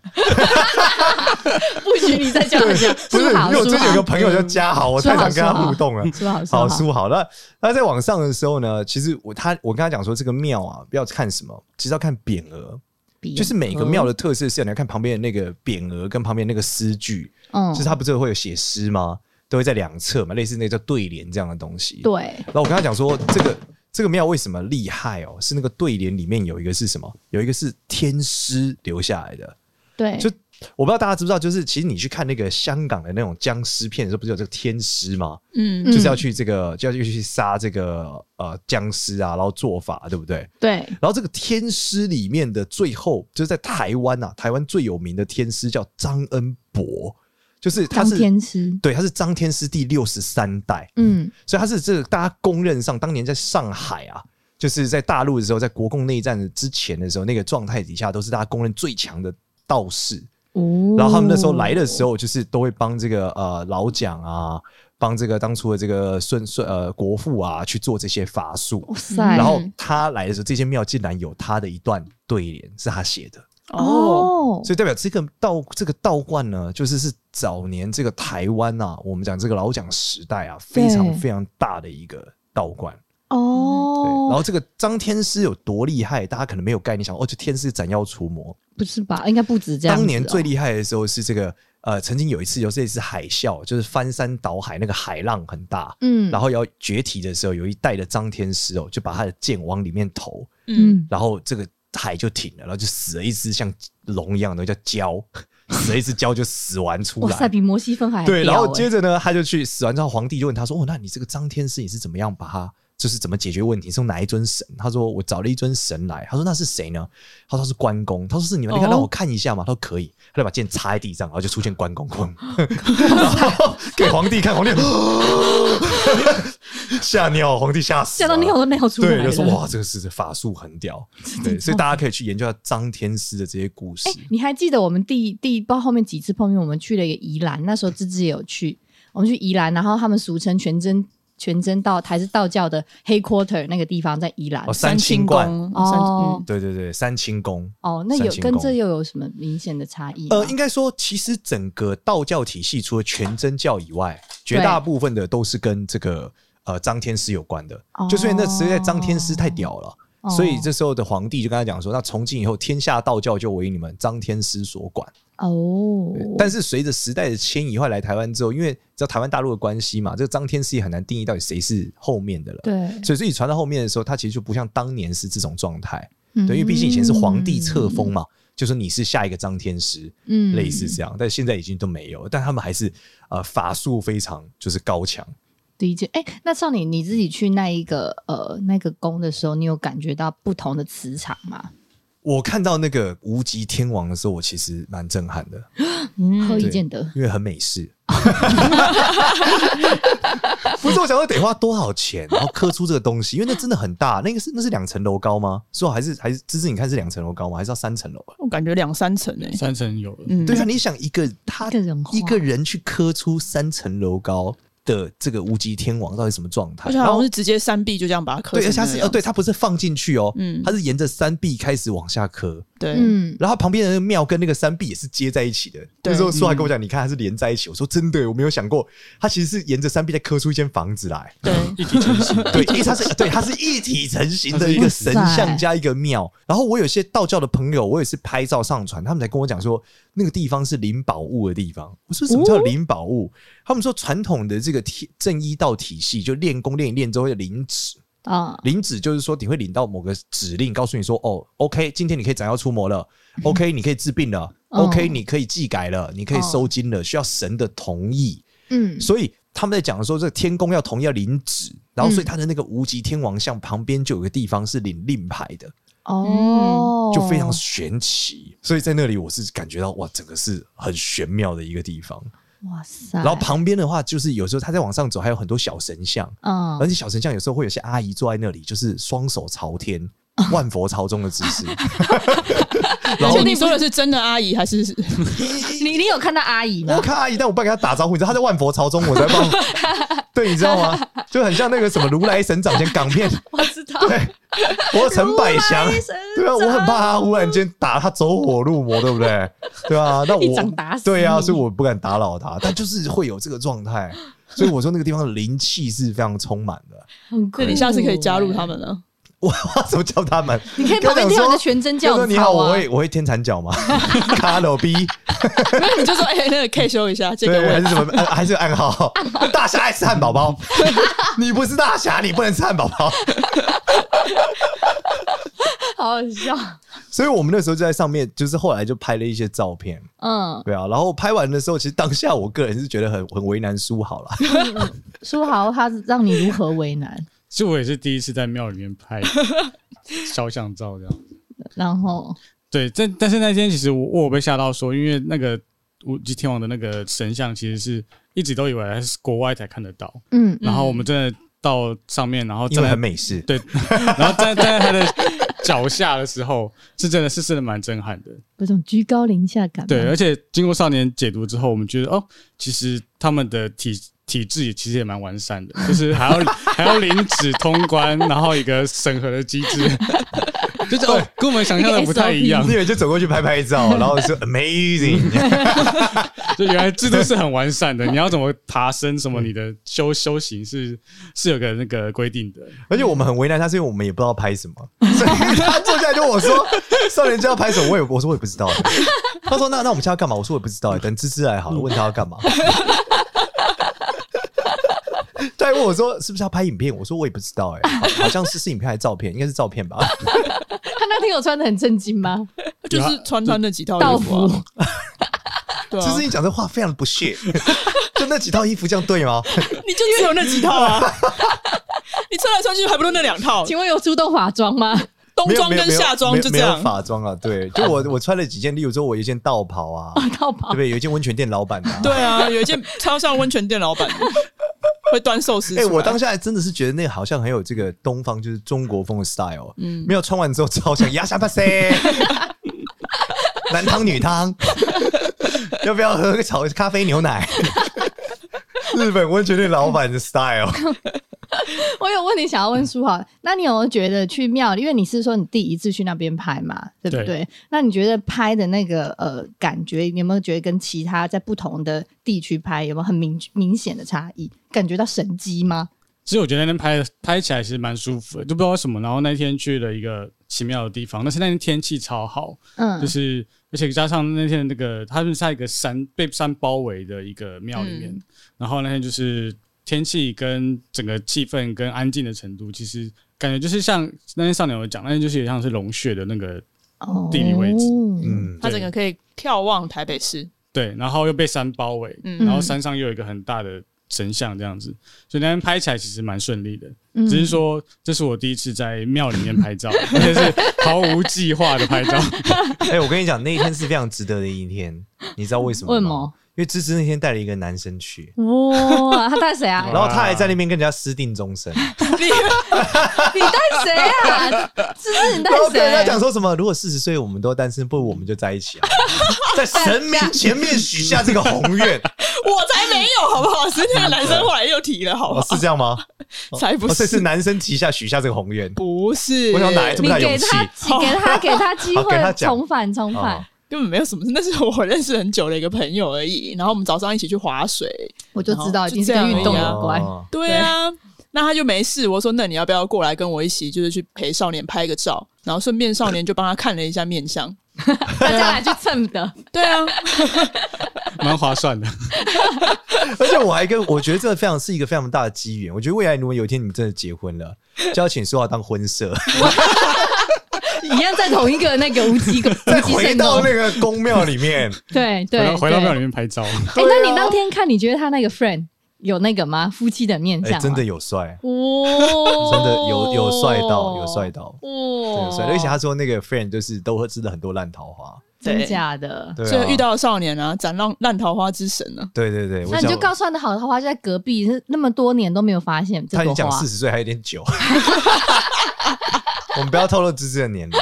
Speaker 4: 不许你再讲一下，
Speaker 3: 不是，
Speaker 4: 苏
Speaker 3: 因
Speaker 4: 豪
Speaker 3: 为我
Speaker 4: 苏
Speaker 3: 最近有
Speaker 4: 豪
Speaker 3: 个朋友叫嘉豪，我太常跟他互动了。
Speaker 4: 苏豪，苏豪，
Speaker 3: 好，书好。那那在网上的时候呢，其实我他我跟他讲说，这个庙啊，不要看什么，其实要看匾额，
Speaker 4: 比
Speaker 3: 就是每个庙的特色是，你要看旁边的那个匾额跟旁边那个诗句，
Speaker 4: 嗯
Speaker 3: 就是它不是会有写诗吗？都会在两侧嘛，类似那个叫对联这样的东西。
Speaker 4: 对，
Speaker 3: 然后我跟他讲说，这个这个庙为什么厉害哦？是那个对联里面有一个是什么？有一个是天师留下来的。
Speaker 4: 对，
Speaker 3: 就我不知道大家知不知道，就是其实你去看那个香港的那种僵尸片的时候，不是有这个天师吗？
Speaker 1: 嗯，
Speaker 3: 就是要去这个，就要去杀这个呃僵尸啊，然后做法，对不对？
Speaker 4: 对，
Speaker 3: 然后这个天师里面的最后，就是在台湾啊，台湾最有名的天师叫张恩博，就是他
Speaker 4: 张
Speaker 3: 是
Speaker 4: 天师，
Speaker 3: 对，他是张天师第六十三代，
Speaker 4: 嗯
Speaker 3: 所以他是这个大家公认上当年在上海啊，就是在大陆的时候，在国共内战之前的时候，那个状态底下都是大家公认最强的道士。
Speaker 4: 哦，
Speaker 3: 然后他们那时候来的时候，就是都会帮这个呃老蒋啊，帮这个当初的这个顺顺呃国父啊去做这些法术。
Speaker 4: 哇塞，
Speaker 3: 然后他来的时候，这些庙竟然有他的一段对联是他写的，
Speaker 1: 哦，
Speaker 3: 所以代表这个道这个道观呢，就是是早年这个台湾啊，我们讲这个老蒋时代啊，非常
Speaker 4: 对
Speaker 3: 非常大的一个道观。对，然
Speaker 4: 哦，
Speaker 3: 后这个张天师有多厉害，大家可能没有概念，想哦，就天师斩妖除魔。
Speaker 4: 不是吧？应该不止这样子哦。
Speaker 3: 当年最厉害的时候是这个呃，曾经有一次有这一次海啸，就是翻山倒海，那个海浪很大，
Speaker 4: 嗯，
Speaker 3: 然后要解体的时候，有一代的张天师哦，就把他的剑往里面投，
Speaker 1: 嗯，
Speaker 3: 然后这个海就停了，然后就死了一只像龙一样的叫蛟， 死了一只蛟就死完出
Speaker 4: 哇塞，
Speaker 3: 来。
Speaker 4: 比摩西分海还
Speaker 3: 对，然
Speaker 4: 屌欸
Speaker 3: 后接着呢，他就去死完之后，皇帝就问他说：“哦，那你这个张天师你是怎么样把他，就是怎么解决问题？是用哪一尊神？”他说：“我找了一尊神来。”他说：“那是谁呢？”他说：“是关公。”他说：“是你们，你看
Speaker 1: 哦
Speaker 3: 让我看一下嘛。”他说：“可以。”他就把剑插在地上，然后就出现关公， 哐然后给皇帝看，皇帝吓尿，皇帝吓死
Speaker 4: 吓
Speaker 3: 了，
Speaker 4: 到尿都尿出来
Speaker 3: 对，
Speaker 4: 了。
Speaker 3: 就说哇，这个是法术很屌，对，所以大家可以去研究一下张天师的这些故事
Speaker 4: 哎、。你还记得我们第第不知道后面几次碰面，我们去了一个宜兰，那时候芝芝也有去，我们去宜兰，然后他们俗称全真全真道还是道教的黑 quarter 那个地方在宜兰
Speaker 3: 哦，
Speaker 4: 哦
Speaker 3: 三清观，
Speaker 1: 宫嗯
Speaker 4: 哦
Speaker 3: 对对对，三清宫。
Speaker 4: 那有
Speaker 3: 三清
Speaker 4: 跟
Speaker 3: 宫
Speaker 4: 这又有什么明显的差异吗？
Speaker 3: 呃，应该说，其实整个道教体系除了全真教以外，绝大部分的都是跟这个呃张天师有关的。
Speaker 4: 哦
Speaker 3: 就所以那实在张天师太屌了，
Speaker 4: 哦
Speaker 3: 所以这时候的皇帝就跟他讲说：“那从今以后，天下道教就为你们张天师所管。”
Speaker 4: 哦
Speaker 3: 对，但是随着时代的迁移，后来来台湾之后，因为知道台湾大陆的关系嘛，这个张天师也很难定义到底谁是后面的了。，
Speaker 4: 对，
Speaker 3: 所以自己传到后面的时候，他其实就不像当年是这种状态，
Speaker 4: 对
Speaker 3: 对，因为毕竟以前是皇帝册封嘛，就说你是下一个张天师，
Speaker 4: 嗯
Speaker 3: 类似这样，但现在已经都没有，但他们还是呃法术非常就是高强。
Speaker 4: 理解。哎、那少女你自己去那一个呃那个宫的时候，你有感觉到不同的磁场吗？
Speaker 3: 我看到那个无极天王的时候，我其实蛮震撼的，
Speaker 4: 何以
Speaker 3: 对
Speaker 4: 见得？
Speaker 3: 因为很美式。 不是我想说得花多少钱，然后刻出这个东西，因为那真的很大，那个是那是两层楼高吗？是哦吧还是还是芝芝？你看是两层楼高吗？还是要三层楼啊？
Speaker 1: 我感觉两三层诶，
Speaker 5: 三层有了。
Speaker 1: 嗯，
Speaker 3: 对啊，你想一个他
Speaker 4: 一个人画
Speaker 3: 一个人去刻出三层楼高的这个无极天王到底什么状态？
Speaker 1: 而且
Speaker 3: 然
Speaker 1: 好像
Speaker 3: 后
Speaker 1: 是直接三 B 就这样把它刻
Speaker 3: 对，
Speaker 1: 成
Speaker 3: 而且
Speaker 1: 那
Speaker 3: 他
Speaker 1: 样，
Speaker 3: 是呃，对，他不是放进去哦，
Speaker 1: 嗯
Speaker 3: 他是沿着山壁开始往下刻。
Speaker 1: 对，
Speaker 4: 嗯，
Speaker 3: 然后旁边的那个庙跟那个山壁也是接在一起的。
Speaker 1: 对
Speaker 3: 那时候苏还跟我讲，你看它是连在一起。我说真的，我没有想过，它其实是沿着山壁在刻出一间房子来。
Speaker 1: 对，
Speaker 5: 一体成型，
Speaker 3: 对，因为它是对，它是一体成型的一个神像加一个庙。然后我有些道教的朋友，我也是拍照上传，他们才跟我讲说，那个地方是灵宝物的地方。我说什么
Speaker 1: 哦
Speaker 3: 叫灵宝物？他们说传统的这个体正一道体系，就练功练一练之后会领旨，
Speaker 4: 啊、
Speaker 3: 领旨就是说你会领到某个指令，告诉你说，哦，OK，今天你可以斩妖除 魔了，OK，你可以治病了、
Speaker 4: 哦
Speaker 3: o k 你可以祭改了，你可以收金了，需要神的同意。
Speaker 4: 嗯，
Speaker 3: 所以他们在讲说，这个天宫要同意要领旨，然
Speaker 4: 嗯
Speaker 3: 后所以他的那个无极天王像旁边就有个地方是领令牌的，
Speaker 4: 哦，
Speaker 3: 就非常玄奇。所以在那里我是感觉到哇，整个是很玄妙的一个地方。
Speaker 4: 哇塞，
Speaker 3: 然后旁边的话，就是有时候他在往上走，还有很多小神像。而
Speaker 4: 嗯，
Speaker 3: 且小神像有时候会有些阿姨坐在那里，就是双手朝天、
Speaker 4: 嗯
Speaker 3: 万佛朝宗的姿势。
Speaker 1: 而且你说的是真的阿姨还 是
Speaker 4: 你你有看到阿姨吗
Speaker 3: 我？看阿姨，但我不敢跟她打招呼，你知道她在万佛朝宗，我 才帮。对，你知道吗？就很像那个什么如来神掌，前港片，
Speaker 4: 我知道，
Speaker 3: 对，我陈百祥
Speaker 4: 如来神，
Speaker 3: 对啊，我很怕他忽然间打他走火入魔，对不对？对啊，那
Speaker 4: 一掌
Speaker 3: 我
Speaker 4: 打死
Speaker 3: 对啊，
Speaker 4: 你
Speaker 3: 所以我不敢打扰他，但就是会有这个状态，所以我说那个地方的灵气是非常充满的。
Speaker 4: 很
Speaker 1: 对，
Speaker 4: 酷。
Speaker 1: 你下次可以加入他，们了。
Speaker 3: 我我怎么叫他们？
Speaker 4: 你可以
Speaker 3: 跟我
Speaker 4: 旁边
Speaker 3: 讲
Speaker 4: 跳
Speaker 3: 说
Speaker 4: 的 全真教操啊。
Speaker 3: 就说你好，我会我会天蚕脚吗？卡鲁 B
Speaker 1: 没有，你就说哎， 那个 K 修一下，这个
Speaker 3: 对，还
Speaker 1: 我
Speaker 3: 是 什么？呃还是有暗号？大侠爱吃汉堡包，你不是大侠，你不能吃汉堡包。
Speaker 4: 好好笑。
Speaker 3: 所以我们那时候就在上面，就是后来就拍了一些照片，
Speaker 4: 嗯，
Speaker 3: 对啊。然后拍完的时候，其实当下我个人是觉得很很为难苏好了，
Speaker 4: 书豪他让你如何为难？
Speaker 5: 其实我也是第一次在庙里面拍肖像照这样。
Speaker 4: 然后
Speaker 5: 对，但但是那天其实我我有被吓到说，因为那个无极天王的那个神像，其实是一直都以为是国外才看得到，
Speaker 4: 嗯，
Speaker 5: 然后我们真的到上面，然后
Speaker 3: 因
Speaker 5: 站
Speaker 3: 为
Speaker 5: 在
Speaker 3: 很美式。
Speaker 5: 对，然后站站在他的脚下的时候，是真的是真的蛮震撼的。
Speaker 4: 有种居高临下感吗。
Speaker 5: 对，而且经过少年解读之后，我们觉得哦，其实他们的体体制也其实也蛮完善 的，就是还要还要领旨通关，然后一个审核的机制。就是哦，跟我们想象的不太一 样
Speaker 3: 你，以为就走过去拍拍照，然后说 amazing，
Speaker 5: 就原来制度是很完善的。你要怎么爬升，什么你的修修行是是有个那个规定的。
Speaker 3: 而且我们很为难他，是因为我们也不知道拍 什么，所以他坐下来就我说少年就要拍什么，我也我说我也不知道。他说那那我们现在要干嘛？我说我也不知道，哎等芝芝来好了，
Speaker 1: 嗯
Speaker 3: 问他要干嘛。 他还问我说是不是要拍影片？我说我也不知道哎、好好像是是影片还是照片，应该是照片吧。
Speaker 4: 他那天有穿的很正经吗？
Speaker 1: 就是穿穿那几套衣服啊。对
Speaker 3: 芝
Speaker 1: 啊
Speaker 3: 芝，，你讲这话非常的不屑， 就那几套衣服这样 对吗？
Speaker 1: 你就只有那几套 啊，你穿来穿去还不都那两套，
Speaker 4: 请问有出动法装吗？
Speaker 1: 冬
Speaker 3: 没有
Speaker 1: 装
Speaker 3: 没有
Speaker 1: 跟
Speaker 3: 没有
Speaker 1: 夏
Speaker 3: 没
Speaker 1: 装
Speaker 3: 有
Speaker 1: 就这
Speaker 3: 没
Speaker 1: 样
Speaker 3: 有。法装啊，对，就我我穿了几件，例如说我有一件道袍 啊，
Speaker 4: 到
Speaker 3: 对
Speaker 4: 跑
Speaker 3: 不对？有一件温泉店老板的、啊，
Speaker 1: 对。啊，有一件超像温泉店老板的会端寿司出
Speaker 3: 哎、
Speaker 1: 来。
Speaker 3: 我当下还真的是觉得那个好像很有这个东方，就是中国风的 style。
Speaker 1: 嗯
Speaker 3: 没有穿完之后超像鸭下 巴塞，男汤女汤，要不要喝个炒咖啡牛奶？日本温泉店老板的 style，
Speaker 4: 我有问题想要问苏浩，那你有没有觉得去庙里，因为你是说你第一次去那边拍嘛，对不对？
Speaker 5: 对
Speaker 4: 那你觉得拍的那个呃感觉，你有没有觉得跟其他在不同的地区拍有没有很明明显的差异？感觉到神机吗？
Speaker 5: 其实我觉得那天拍拍起来其实蛮舒服的，就不知道为什么。然后那天去了一个奇妙的地方，但是那天天气超好，
Speaker 4: 嗯，
Speaker 5: 就是而且加上那天那个他们是在一个山被山包围的一个庙里面，
Speaker 1: 嗯
Speaker 5: 然后那天就是天气跟整个气氛跟安静的程度，其实感觉就是像那天少年有讲，那天就是也像是龙穴的那个地理位置
Speaker 4: 哦
Speaker 3: 嗯，
Speaker 1: 他整个可以眺望台北 市，
Speaker 5: 对，然后又被山包围，
Speaker 1: 嗯
Speaker 5: 然后山上又有一个很大的神像这样子，所以那天拍起来其实蛮顺利的。
Speaker 4: 嗯
Speaker 5: 只是说这是我第一次在庙里面 拍照，而且是毫无计划的拍照。
Speaker 3: 哎、我跟你讲，那一天是非常值得的一天，你知道为什么吗？
Speaker 4: 为什么？
Speaker 3: 因为芝芝那天带了一个男生去，
Speaker 4: 哇，他带谁啊？
Speaker 3: 然后他还在那边跟人家私定终身，
Speaker 4: 你带谁啊？芝芝，你带
Speaker 3: 然后跟人家
Speaker 4: 谁？
Speaker 3: 讲说什么，如果四十岁我们都单身，不如我们就在一起啊，在神明前面许下这个宏愿，
Speaker 1: 我才没有好不 好？是那个男生后来又提了，好不
Speaker 3: 哦，
Speaker 1: 好
Speaker 3: 是？这样吗？
Speaker 1: 才不
Speaker 3: 哦所以是
Speaker 1: 是，
Speaker 3: 男生提下许下这个宏愿。
Speaker 1: 不是，
Speaker 3: 我想哪来这
Speaker 4: 你
Speaker 3: 么大勇
Speaker 4: 给
Speaker 3: 气？
Speaker 4: 他，给他，给他机
Speaker 3: 好给他
Speaker 4: 会
Speaker 3: 讲
Speaker 4: 重返，重
Speaker 3: 哦
Speaker 4: 返。
Speaker 1: 根本没有什么事，那是我认识很久的一个朋友而已。然后我们早上一起去划水，
Speaker 4: 我就
Speaker 5: 哦
Speaker 4: 知道
Speaker 1: 然后
Speaker 4: 一定是跟运动
Speaker 1: 就这样
Speaker 4: 有啊关。
Speaker 3: 哦
Speaker 1: 对啊，那他就没事。我说那你要不要过来跟我一起，就是去陪少年拍个照，然后顺便少年就帮他看了一下面相。
Speaker 4: 大家来去蹭的，
Speaker 1: 对啊，
Speaker 5: 蛮划算的。
Speaker 3: 而且我还跟我觉得这非常是一个非常大的机缘。我觉得未来如果有一天你们真的结婚了，就要请苏浩当婚摄，
Speaker 4: 一样在同一个那个无 极个
Speaker 3: 再
Speaker 4: 无极
Speaker 3: 回
Speaker 4: 圣
Speaker 3: 到
Speaker 4: 宫。
Speaker 3: 那个宫庙里面。
Speaker 4: 对
Speaker 5: 回
Speaker 4: 对，
Speaker 5: 到回到
Speaker 4: 对
Speaker 5: 庙里。面拍照，
Speaker 3: 啊
Speaker 4: 哎，那你当天看，你觉得他那个 friend 有那个吗？夫妻的面
Speaker 3: 哎、
Speaker 4: 相吗
Speaker 3: 真的有帅，
Speaker 4: 啊哦，
Speaker 3: 真的有有 帅到，有帅到，对
Speaker 4: 哇
Speaker 3: 有帅。而且他说那个 friend 就是都会吃了很多烂桃花，
Speaker 4: 真
Speaker 1: 对
Speaker 4: 假的。
Speaker 3: 对、啊，
Speaker 1: 所以遇到了少年啊，斩浪烂桃花之神啊。
Speaker 3: 对对对，我
Speaker 4: 那你就
Speaker 3: 想
Speaker 4: 告诉他的好桃花就在隔壁，是那么多年都没有发现这
Speaker 3: 他已
Speaker 4: 朵
Speaker 3: 经讲
Speaker 4: 花
Speaker 3: 四。十岁还有点久， 我们不要透露芝芝的 年龄。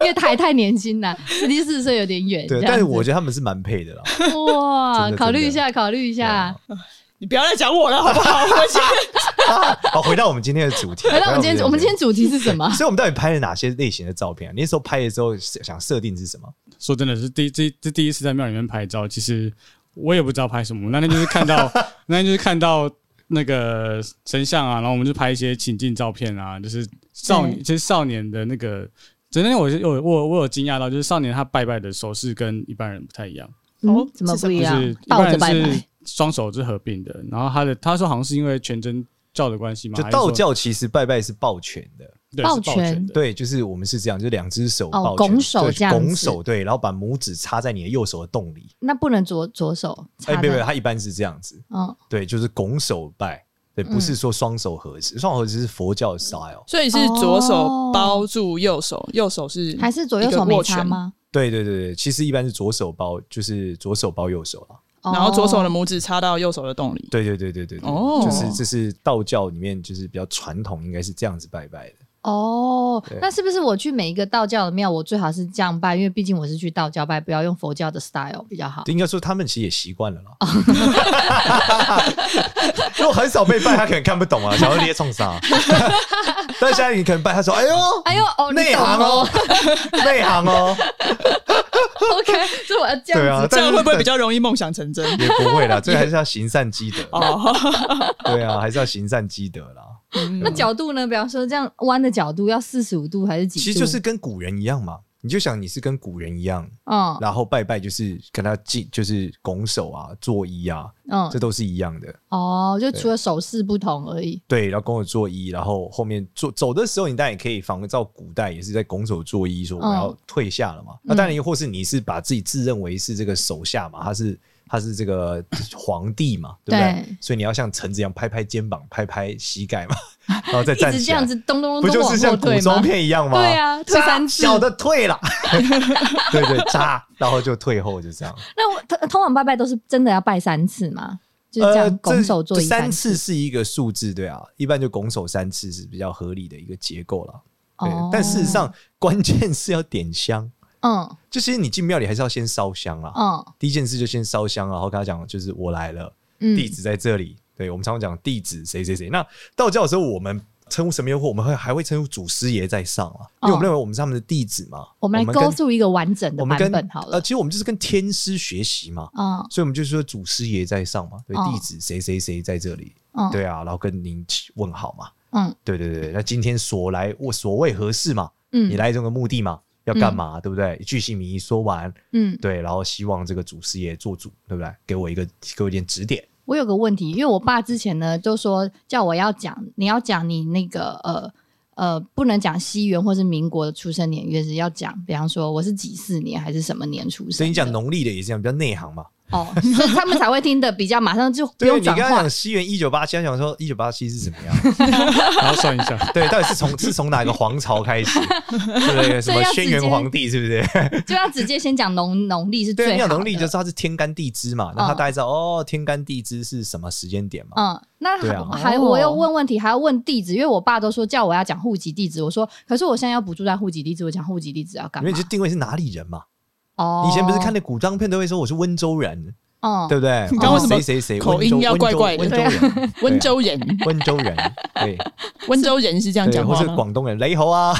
Speaker 4: 因为太 太年轻了，十七四岁有点远。
Speaker 3: 对，
Speaker 4: 这样
Speaker 3: 但是
Speaker 4: 子
Speaker 3: 我觉得他们是蛮配的啦。 真
Speaker 4: 哇，
Speaker 3: 的
Speaker 4: 考虑
Speaker 3: 真的
Speaker 4: 一下，考虑一下。
Speaker 1: 你不要再讲我了，好不好？我现在
Speaker 3: 好，回到我们今天的主 题。
Speaker 4: 回到我们今天，我们今天主题是什么？
Speaker 3: 所以我们到底拍了哪些类型的照片啊？你那时候拍的时候想设定是什么？
Speaker 5: 说真的是第这这第一次在庙里面拍照，其实我也不知道拍什么。那天就是 看到，那天就是看到那个神像啊，然后我们就拍一些情境照片啊，就是少年，
Speaker 4: 对
Speaker 5: 其实少年的那个。真的，我是有我我有惊讶到，就是少年他拜拜的手势跟一般人不太一样，
Speaker 1: 哦
Speaker 4: 嗯，怎么
Speaker 1: 是什么
Speaker 4: 不一
Speaker 5: 就
Speaker 4: 样
Speaker 5: 是一？
Speaker 4: 抱
Speaker 5: 般
Speaker 4: 着
Speaker 5: 人
Speaker 4: 拜
Speaker 5: 是
Speaker 4: 拜。
Speaker 5: 双手是合并的，然后他的他说好像是因为全真教的关系嘛，
Speaker 3: 就
Speaker 5: 还是说
Speaker 3: 道教其实拜拜是抱拳的，
Speaker 5: 对
Speaker 4: 抱
Speaker 5: 是
Speaker 4: 拳
Speaker 5: 拳的，
Speaker 3: 对，就是我们是这样，就是两只手
Speaker 4: 哦
Speaker 3: 抱拳，
Speaker 4: 拱手
Speaker 3: 对
Speaker 4: 这样子
Speaker 3: 拱手对，然后把拇指插在你的右手的洞里。
Speaker 4: 那不能左左手
Speaker 3: 哎，
Speaker 4: 插
Speaker 3: 没有没有，
Speaker 4: 的。
Speaker 3: 他一般是这样子，
Speaker 4: 嗯，
Speaker 3: 对，就是拱手拜，对，不是说双手合十，双手合十是佛教的 style。
Speaker 1: 所以是左手包住右手，右手是
Speaker 4: 哦还是左右手没插吗？
Speaker 3: 对对对对，其实一般是左手包，就是左手包右手啊。
Speaker 1: 一个握拳？然后左手的
Speaker 4: 哦
Speaker 1: 拇指插到右手的洞里。
Speaker 3: 对对对对对对，
Speaker 1: 哦
Speaker 3: 就是这是道教里面就是比较传统，应该是这样子拜拜的。
Speaker 4: 哦
Speaker 3: 对，
Speaker 4: 那是不是我去每一个道教的庙，我最好是这样拜？因为毕竟我是去道教拜，不要用佛教的 style 比较好。
Speaker 3: 应该说他们其实也习惯了啦。 如果很少被拜，他可能看不懂啊，想要捏冲啥。 但现在你可能拜，他说：“哎呦，
Speaker 4: 哎呦，哦，你
Speaker 3: 内行
Speaker 4: 懂
Speaker 3: 哦，内行哦。
Speaker 4: ，OK，这我要”这
Speaker 3: 对
Speaker 4: 样
Speaker 3: 啊，
Speaker 1: 这样
Speaker 3: 但是
Speaker 1: 会不会比较容易梦想成真？
Speaker 3: 也不会啦，这个还是要行善积德。
Speaker 1: 哦，嗯
Speaker 3: 对啊，还是要行善积德啦。
Speaker 4: 那角度呢？比方说这样弯的角度要四十五度还是几度？
Speaker 3: 其实就是跟古人一样嘛，你就想你是跟古人一样，
Speaker 4: 嗯
Speaker 3: 然后拜拜就是跟他敬，就是拱手啊、作揖啊，
Speaker 4: 嗯
Speaker 3: 这都是一样的。
Speaker 4: 哦，就除了手势不同而已。
Speaker 3: 对，然后拱手作揖，然后后面做走的时候，你当然也可以仿照古代，也是在拱手作揖，说我
Speaker 4: 嗯
Speaker 3: 要退下了嘛。那当然，或是你是把自己自认为是这个手下嘛，他是他是这个 皇帝嘛，对不对？
Speaker 4: 对
Speaker 3: 所以你要像臣子一样拍拍肩膀、拍拍膝 盖嘛，然后再
Speaker 4: 一
Speaker 3: 站
Speaker 4: 直
Speaker 3: 起
Speaker 4: 这
Speaker 3: 来
Speaker 4: 样。子咚咚
Speaker 3: 不
Speaker 4: 咚
Speaker 3: 就
Speaker 4: 咚
Speaker 3: 是
Speaker 4: 往
Speaker 3: 像
Speaker 4: 后
Speaker 3: 古
Speaker 4: 退
Speaker 3: 装
Speaker 4: 吗？
Speaker 3: 片一样吗？
Speaker 4: 对啊退
Speaker 3: 扎
Speaker 4: 三次
Speaker 3: 小的 退了， 对对，扎，然后就退后，就这样。
Speaker 4: 那我通通往拜拜都是真的要拜三次吗？就是这样拱手作
Speaker 3: 呃这
Speaker 4: 揖
Speaker 3: 三
Speaker 4: 次
Speaker 3: 次是一个数字，对啊，一般就拱手三次是比较合理的一个结构了。对，
Speaker 4: 哦
Speaker 3: 但事实上关键是要点香，
Speaker 4: 嗯
Speaker 3: 就其实你进庙里还是要先烧香啦。
Speaker 4: 嗯
Speaker 3: 第一件事就先烧香，啊然后跟他讲就是我来了，
Speaker 4: 嗯，
Speaker 3: 地址在这里。对我们常常讲地址谁谁谁。那道教的时候，我们称呼神明或我们会还会称呼祖师爷在上啊，因为我们认为我们是他们的弟子嘛。
Speaker 4: 哦我们来
Speaker 3: 跟
Speaker 4: go through 一个完整
Speaker 3: 我
Speaker 4: 的
Speaker 3: 们
Speaker 4: 版
Speaker 3: 跟
Speaker 4: 本好
Speaker 3: 呃，
Speaker 4: 了。
Speaker 3: 其实我们就是跟天师学习嘛，
Speaker 4: 嗯
Speaker 3: 所以我们就说祖师爷在上嘛，对，
Speaker 4: 哦
Speaker 3: 弟子谁谁谁在这里，
Speaker 4: 嗯
Speaker 3: 对啊，然后跟您起问好嘛，
Speaker 4: 嗯
Speaker 3: 对对对，那今天所来我所谓何事嘛，
Speaker 4: 嗯，
Speaker 3: 你来这个目的嘛，要干嘛，对不对？一句姓名一说完，
Speaker 4: 嗯，
Speaker 3: 对，然后希望这个祖师爷做主，对不对？给我一个给我一点指点，
Speaker 4: 我有个问题，因为我爸之前呢就说叫我要讲，你要讲你那个呃呃，不能讲西元或是民国的出生年月日，要讲，比方说我是几四年还是什么年出生的。
Speaker 3: 所以你讲农历的也是这样，比较内行嘛。
Speaker 4: 哦，所以他们才会听的比较马上就不
Speaker 3: 对，
Speaker 4: 用
Speaker 3: 你刚
Speaker 4: 转
Speaker 3: 刚
Speaker 4: 化
Speaker 3: 讲。西元一九八七，他想说一九八七是怎么样？
Speaker 5: 然后算一 下，
Speaker 3: 对，到底是从是从哪个皇朝开始？对不对？什
Speaker 4: 所以
Speaker 3: 么
Speaker 4: 要直
Speaker 3: 轩辕
Speaker 4: 接
Speaker 3: 皇帝是不是？
Speaker 4: 就要直接先讲农农历是最
Speaker 3: 对，
Speaker 4: 好
Speaker 3: 你
Speaker 4: 的。
Speaker 3: 有能力就是它是天干地支嘛，那他大概知道哦，天干地支是什么时间点嘛。
Speaker 4: 嗯，那
Speaker 3: 对啊
Speaker 4: 还、
Speaker 1: 哦
Speaker 4: 我又问问题，还要问地址，因为我爸都说叫我要讲户籍地址，我说可是我现在要不住在户籍地址，我讲户籍地址要干
Speaker 3: 因
Speaker 4: 嘛
Speaker 3: 为你？就定位是哪里人嘛，
Speaker 4: 嗯哦
Speaker 3: 你以前不是看那古装片都会说我是温州人，
Speaker 4: 哦
Speaker 3: 对不对？
Speaker 1: 你刚为什么
Speaker 3: 谁谁谁
Speaker 1: 口音
Speaker 3: 温州
Speaker 1: 要怪怪的
Speaker 3: 温州温州人，
Speaker 1: 温州 人，
Speaker 3: 对啊温州人，对，
Speaker 4: 啊
Speaker 1: 温州人是这 样
Speaker 3: 对，
Speaker 1: 讲
Speaker 3: 或
Speaker 1: 话
Speaker 3: 是
Speaker 1: 吗？
Speaker 3: 广东人雷猴啊，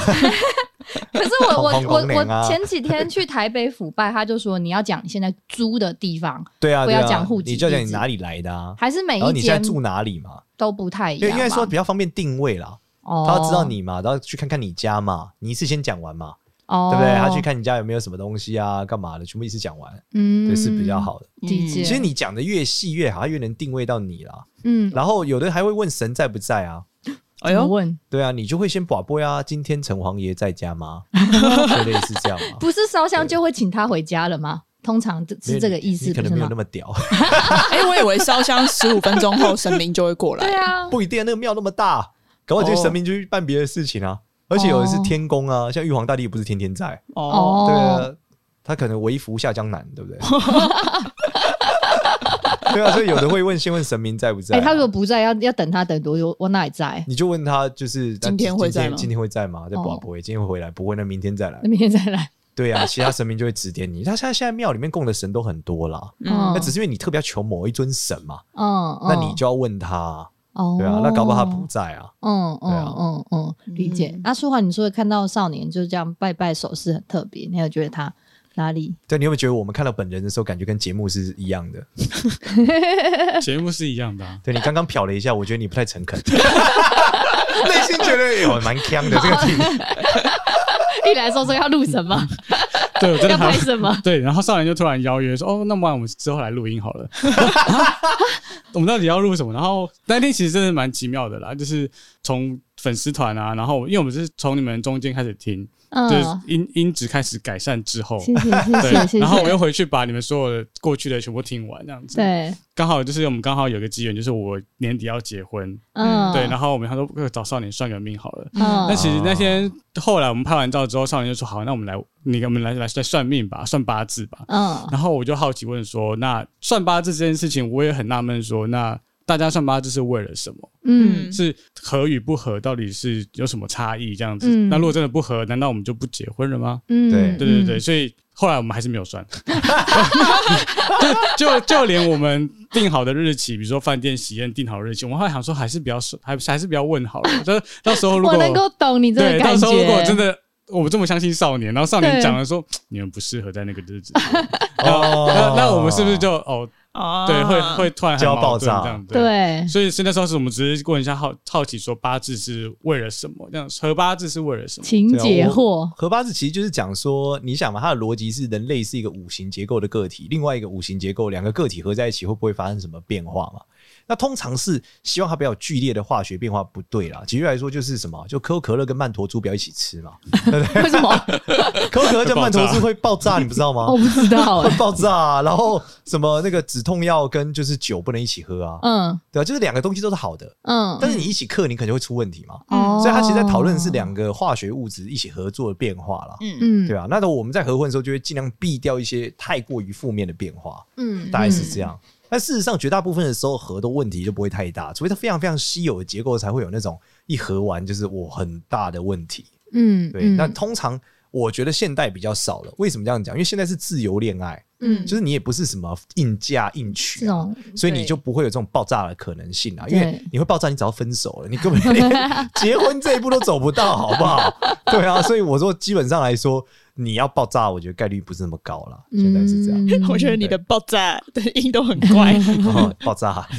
Speaker 4: 可是我我
Speaker 3: 红
Speaker 4: 我
Speaker 3: 红娘啊
Speaker 4: 我前几天去台北腐败，他就说你要讲你现在租的地方，
Speaker 3: 对啊，
Speaker 4: 不
Speaker 3: 对啊
Speaker 4: 要讲户籍
Speaker 3: 你就要讲
Speaker 4: 地
Speaker 3: 你
Speaker 4: 址
Speaker 3: 哪里来的啊，
Speaker 4: 还是每
Speaker 3: 然后
Speaker 4: 一
Speaker 3: 你现在
Speaker 4: 间
Speaker 3: 住哪里嘛，
Speaker 4: 都不太一
Speaker 3: 对，
Speaker 4: 样吧。
Speaker 3: 应该说比较方便定位啦。
Speaker 4: 哦，
Speaker 3: 他要知道你嘛，然后去看看你家嘛，你一次先讲完嘛，
Speaker 4: 哦，
Speaker 3: 对不对？他去，看你家有没有什么东西啊，干嘛的，全部一次讲完，
Speaker 4: 嗯，
Speaker 3: 对，是比较。好的。
Speaker 4: 理解。
Speaker 3: 其实你讲的越细越好，它越能定位到你啦。
Speaker 4: 嗯，
Speaker 3: 然后有的还会问神在不在啊？
Speaker 1: 哎
Speaker 4: 怎
Speaker 1: 呦，
Speaker 4: 么问
Speaker 3: 对啊，你就会先把播呀，今天城隍爷在 家吗？就类似这样啊嘛。
Speaker 4: 不是烧香
Speaker 3: 对
Speaker 4: 就会请他回家了吗？通常 是这个意思，
Speaker 3: 你可
Speaker 4: 不
Speaker 3: 能
Speaker 4: 是
Speaker 3: 没有
Speaker 4: 吗
Speaker 3: 那？么屌，
Speaker 1: 哎，我以为烧香十五分钟后神明就会过
Speaker 4: 对
Speaker 1: 来，
Speaker 4: 啊，
Speaker 3: 不一定啊。那个庙那么大，搞不好就
Speaker 1: 哦
Speaker 3: 神明就去办别的事情
Speaker 4: 哦
Speaker 3: 啊。而且有的是天公啊，像玉皇大帝也不是天天在，
Speaker 1: 哦，
Speaker 4: 哦，
Speaker 3: 对啊，他可能为福下江南，对不对？ 对啊，所以有的会问，先问神明在不在
Speaker 4: 哎、
Speaker 3: 啊、
Speaker 4: 他如果不在，要要等他等多久？我哪里在？
Speaker 3: 你就问他，就是那
Speaker 1: 今天会在
Speaker 3: 今
Speaker 1: 吗
Speaker 3: 天今天会在吗？在不
Speaker 4: 哦
Speaker 3: 不会，今天会回来不会，那明天再来
Speaker 4: 那。明天再来。
Speaker 3: 对啊，其他神明就会指点你。他现在现在庙里面供的神都很多啦，
Speaker 1: 嗯
Speaker 3: 那只是因为你特别要求某一尊神嘛，
Speaker 4: 嗯，
Speaker 3: 那你
Speaker 4: 嗯
Speaker 3: 就要问他，
Speaker 4: 哦，
Speaker 3: 对啊，那搞不好他不在啊。
Speaker 4: 嗯
Speaker 3: 对啊
Speaker 4: 嗯嗯嗯，理解
Speaker 1: 嗯。
Speaker 4: 那舒华，你说看到少年就这样拜拜手势很特别，你有觉得他哪里？
Speaker 3: 对，你有没有觉得我们看到本人的时候，感觉跟节目是一样的？
Speaker 5: 节目是一样的、啊。
Speaker 3: 对你刚刚瞟了一下，我觉得你不太诚 恳，内心觉得有蛮呛的这个题。
Speaker 4: 一来说说要录什么，
Speaker 5: 对，啊我真的
Speaker 4: 要
Speaker 5: 还
Speaker 4: 拍什么？
Speaker 5: 对，然后少年就突然邀约说：“哦，那不然我们之后来录音好了。 啊我们到底要录什么？”然后那天其实真的蛮奇妙的啦，就是从粉丝团啊，然后因为我们是从你们中间开始听，就是
Speaker 4: 嗯，
Speaker 5: 音音质开始改善之后，
Speaker 4: 谢谢谢谢
Speaker 5: 对
Speaker 4: 谢，谢。
Speaker 5: 然后我又回去把你们所有的过去的全部听完，这样子。
Speaker 4: 对，
Speaker 5: 刚好就是我们刚好有个机缘，就是我年底要结婚，
Speaker 4: 嗯，
Speaker 5: 对，然后我们他说呃找少年算个命好了。
Speaker 4: 嗯
Speaker 5: 那其实那天后来我们拍完照之后，少年就说：“好，那我们来，你给我们来来来算命吧，算八字吧。”
Speaker 4: 嗯
Speaker 5: 然后我就好奇问说：“那算八字这件事情，我也很纳闷说，那大家上八字是为了什么？
Speaker 4: 嗯，
Speaker 5: 是合与不合到底是有什么差异？这样子，
Speaker 4: 嗯
Speaker 5: 那如果真的不合，难道我们就不结婚了吗？
Speaker 4: 嗯，
Speaker 3: 对
Speaker 5: 对对对，所以后来我们还是没有 算， 就就就连我们定好的日期，比如说饭店喜宴定好的日期，我们后来想说还是不要说，还还是不要问 好了。就是到时候如
Speaker 4: 我
Speaker 5: 果
Speaker 4: 能够懂你这
Speaker 5: 对，
Speaker 4: 个
Speaker 5: 到
Speaker 4: 感
Speaker 5: 时
Speaker 4: 觉。
Speaker 5: 候如果真的我这么相信少年，然后少年
Speaker 4: 对
Speaker 5: 讲了说你们不适合在那个日子，
Speaker 3: 哦
Speaker 5: 那那我们是不是就哦
Speaker 1: 啊
Speaker 5: 对会会突然很
Speaker 3: 就要
Speaker 5: 矛
Speaker 3: 爆
Speaker 5: 盾
Speaker 3: 炸
Speaker 5: 这样对。
Speaker 4: 对，
Speaker 5: 所以是那时候是我们只是问一下好好奇说八字是为了什么？这样合八字是为了什么？
Speaker 4: 情节货，
Speaker 3: 合八字其实就是讲说，你想嘛，它的逻辑是人类是一个五行结构的个体，另外一个五行结构，两个个体合在一起会不会发生什么变化嘛？那通常是希望它不要有剧烈的化学变化，不对啦。举例来说，就是什么，就可口可乐跟曼陀珠不要一起吃 嘛，
Speaker 4: 为什么？
Speaker 3: 可口可乐跟曼陀珠会爆炸，你不知道吗
Speaker 4: 我？不知 道
Speaker 3: 会
Speaker 4: 哎。
Speaker 3: 爆炸、啊，然后什么那个止痛药跟就是酒不能一起喝啊，
Speaker 4: 嗯
Speaker 3: 对啊，就是两个东西都是好的，
Speaker 4: 嗯，
Speaker 3: 但是你一起克，你肯定会出问题嘛。
Speaker 4: 哦
Speaker 3: 所以他其实在讨论是两个化学物质一起合作的变化啦。
Speaker 1: 嗯，
Speaker 4: 嗯
Speaker 3: 对啊，那我们在合混的时候，就会尽量避掉一些太过于负面的变化，
Speaker 4: 嗯
Speaker 3: 大概是这样。但事实上，绝大部分的时候合的问题就不会太大，除非它非常非常稀有的结构，才会有那种一合完就是我很大的问题。
Speaker 4: 嗯
Speaker 3: 对，那通常我觉得现代比较少了。为什么这样讲？因为现在是自由恋爱，
Speaker 4: 嗯
Speaker 3: 就是你也不是什么硬嫁硬娶、
Speaker 4: 这
Speaker 3: 啊。
Speaker 4: 种
Speaker 3: 所以你
Speaker 1: 对
Speaker 3: 就不会有这种爆炸的可能性啊，因为
Speaker 4: 对
Speaker 3: 你会爆炸，你只要分手了，你根本 连结婚这一步都走不到，好不好？对啊，所以我说基本上来说，你要爆炸，我觉得概率不是那么高啦。现在是这样。
Speaker 4: 样
Speaker 1: 我觉得你的爆炸的音都很 怪，
Speaker 4: 嗯
Speaker 3: 哦、爆炸！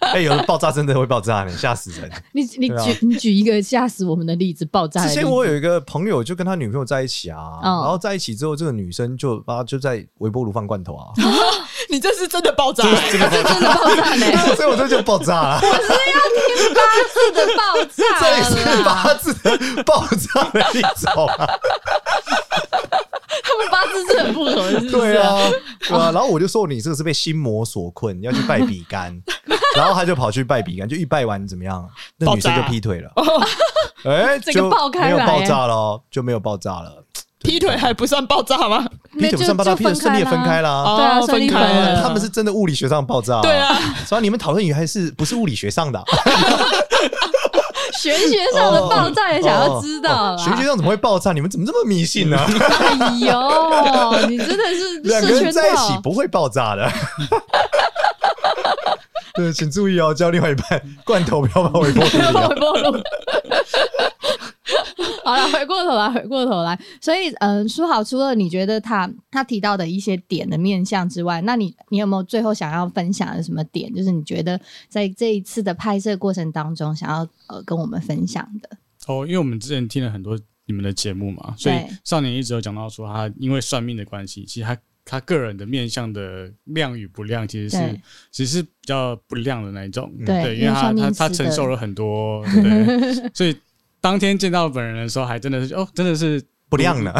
Speaker 3: 哎、有的爆炸真的会爆炸呢，吓死人！
Speaker 4: 你你
Speaker 3: 对啊
Speaker 4: 举你举一个吓死我们的例子，爆炸的
Speaker 3: 之
Speaker 4: 例子。
Speaker 3: 前我有一个朋友就跟他女朋友在一起啊，
Speaker 4: 嗯
Speaker 3: 然后在一起之后，这个女生就啊就在微波炉放罐头 啊，
Speaker 1: 你这是真的爆炸，
Speaker 4: 真的爆炸嘞，
Speaker 3: 所以我这就爆炸了，
Speaker 4: 真的爆
Speaker 3: 这也是
Speaker 4: 炸啦！
Speaker 3: 八字的爆炸的一种啊。
Speaker 4: 他们八字是很不合，是不是？
Speaker 3: 对，啊， 对啊。然后我就说你这个是被心魔所困，要去拜比 干。然后他就跑去拜比干，就一拜完怎么样？那女生
Speaker 1: 爆
Speaker 3: 就
Speaker 1: 炸
Speaker 3: 劈腿了。 哎，
Speaker 4: 哦 整个
Speaker 3: 就
Speaker 4: 爆开
Speaker 3: 没有
Speaker 4: 来
Speaker 3: 爆
Speaker 4: 哎
Speaker 3: 炸了哦，就没有爆炸了。
Speaker 1: 劈腿还不算爆炸吗？
Speaker 3: 劈
Speaker 4: 那
Speaker 3: 腿不
Speaker 4: 就
Speaker 3: 算爆炸，劈腿顺利的分开
Speaker 4: 了。
Speaker 3: 啦。
Speaker 4: 对啊，
Speaker 1: 哦
Speaker 4: 顺利
Speaker 1: 分开了
Speaker 4: 了。
Speaker 3: 他们是真的物理学上的爆炸。哦
Speaker 1: 对啊，
Speaker 3: 所以你们讨论语还是不是物理学上的啊？
Speaker 4: 玄学上的爆炸也想要知道
Speaker 3: 哦
Speaker 4: 啦。
Speaker 3: 玄学上怎么会爆炸？你们怎么这么迷信呢？
Speaker 4: 哎呦，你真的是
Speaker 3: 两个
Speaker 4: 是
Speaker 3: 人
Speaker 4: 圈
Speaker 3: 在一起
Speaker 4: 套。
Speaker 3: 不会爆炸的。 对，请注意哦，叫另外一半罐头不要放微波 炉里哦。
Speaker 4: 微波炉。好了，回过头来，回过头来，所以，嗯，书豪，除了你觉得他他提到的一些点的面向之外，那你你有没有最后想要分享的什么点？就是你觉得在这一次的拍摄过程当中，想要呃跟我们分享的？
Speaker 5: 哦，因为我们之前听了很多你们的节目嘛，所以
Speaker 4: 对
Speaker 5: 少年一直有讲到说，他因为算命的关系，其实他他个人的面相的亮与不亮，其实是
Speaker 4: 对
Speaker 5: 其实是比较不亮的那一种，
Speaker 4: 对
Speaker 5: 对，
Speaker 4: 因
Speaker 5: 因为
Speaker 4: 为
Speaker 5: 他
Speaker 4: 算命
Speaker 5: 他
Speaker 4: 师
Speaker 5: 他
Speaker 4: 的
Speaker 5: 承受了很多， 对，所以当天见到本人的时候，还真的是哦，真的是
Speaker 3: 不亮呢，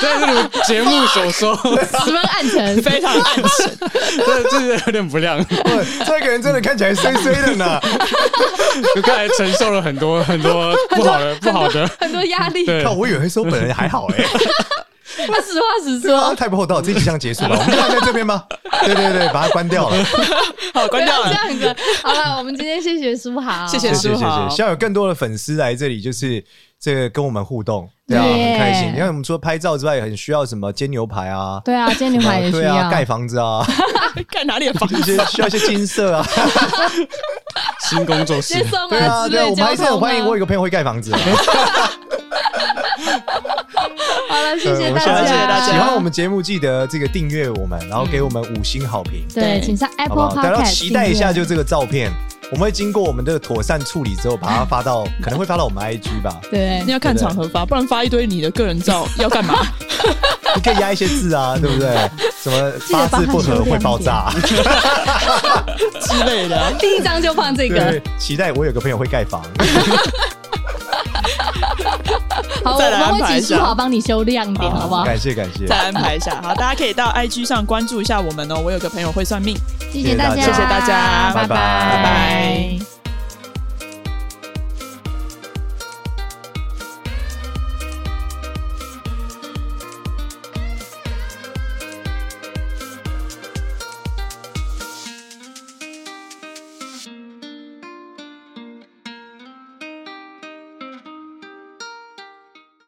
Speaker 5: 真的是如节目所说，
Speaker 4: 十分暗沉，
Speaker 1: 非常暗 沉。
Speaker 5: 真的就是有点不亮，
Speaker 3: 对，这个人真的看起来衰衰的 呢，
Speaker 5: 就看来承受了很多很多不好的不好的，
Speaker 4: 很多压力。
Speaker 5: 对
Speaker 3: 看，我以为说本人还 好哎、
Speaker 4: 他实话实
Speaker 3: 对啊，
Speaker 4: 说，
Speaker 3: 太不厚道，这一集像结束了，我们就放在这边吧。对对对，把它关 掉了，
Speaker 1: 好，
Speaker 4: 不
Speaker 1: 关掉
Speaker 4: 要
Speaker 1: 了。
Speaker 4: 这样子。好 了，我们今天谢谢书豪，
Speaker 1: 谢
Speaker 3: 谢
Speaker 1: 谢
Speaker 3: 谢谢
Speaker 1: 书豪
Speaker 3: 谢，希望有更多的粉丝来这里，就是这个跟我们互动，对啊，
Speaker 4: 对
Speaker 3: 很开心。你看我们除了拍照之外，也很需要什么煎牛排啊，
Speaker 4: 对啊，今天你
Speaker 3: 啊
Speaker 4: 们也需
Speaker 3: 对
Speaker 4: 要
Speaker 3: 啊，盖房子 啊，
Speaker 1: 看哪里的房
Speaker 3: 一
Speaker 1: 子
Speaker 3: 些需要一些金色啊，
Speaker 5: 新工作室
Speaker 4: 接，送
Speaker 3: 对啊
Speaker 4: 啊之
Speaker 3: 对啊，
Speaker 4: 类
Speaker 3: 我们还
Speaker 4: 交
Speaker 3: 是很
Speaker 4: 通
Speaker 3: 欢迎。我有
Speaker 4: 啊。
Speaker 3: 个朋友会盖 房子啊，
Speaker 4: 好了，谢
Speaker 3: 对
Speaker 4: 谢
Speaker 3: 我
Speaker 4: 大家，
Speaker 3: 们下次
Speaker 1: 谢谢大家
Speaker 3: 喜欢我们节目记得这个订阅我们，然后给我们五星好评。
Speaker 4: 对，
Speaker 1: 对
Speaker 4: 请上
Speaker 3: 好
Speaker 4: 嗯
Speaker 3: 不
Speaker 4: Apple
Speaker 3: 好？大家
Speaker 4: Podcast
Speaker 3: 期待一下，
Speaker 4: 订
Speaker 3: 就
Speaker 4: 阅
Speaker 3: 这个照片，我们会经过我们的妥善处理之后，把它发到，可能会发到我们 IG 吧，
Speaker 4: 对
Speaker 1: 你。要看场合发，不然发一堆你的个人照要干嘛？
Speaker 3: 你可以压一些字啊，对不对？什么八字不合会爆炸？
Speaker 1: 之类的啊。
Speaker 4: 第一张就放这个
Speaker 3: 对，，期待我有个朋友会 盖房，
Speaker 4: 好，我
Speaker 1: 再来
Speaker 4: 们
Speaker 1: 安排
Speaker 4: 会
Speaker 1: 一
Speaker 4: 请
Speaker 1: 下
Speaker 4: 书豪帮你修亮一点，好不好？
Speaker 3: 感谢感谢，
Speaker 1: 再安排一下，好，大家可以到 IG 上关注一下我们哦。我有个朋友会算命。
Speaker 4: 谢
Speaker 3: 谢
Speaker 4: 谢
Speaker 3: 大
Speaker 4: 大
Speaker 3: 家
Speaker 4: 家，
Speaker 1: 谢谢大家
Speaker 4: 拜
Speaker 3: 拜拜
Speaker 1: 拜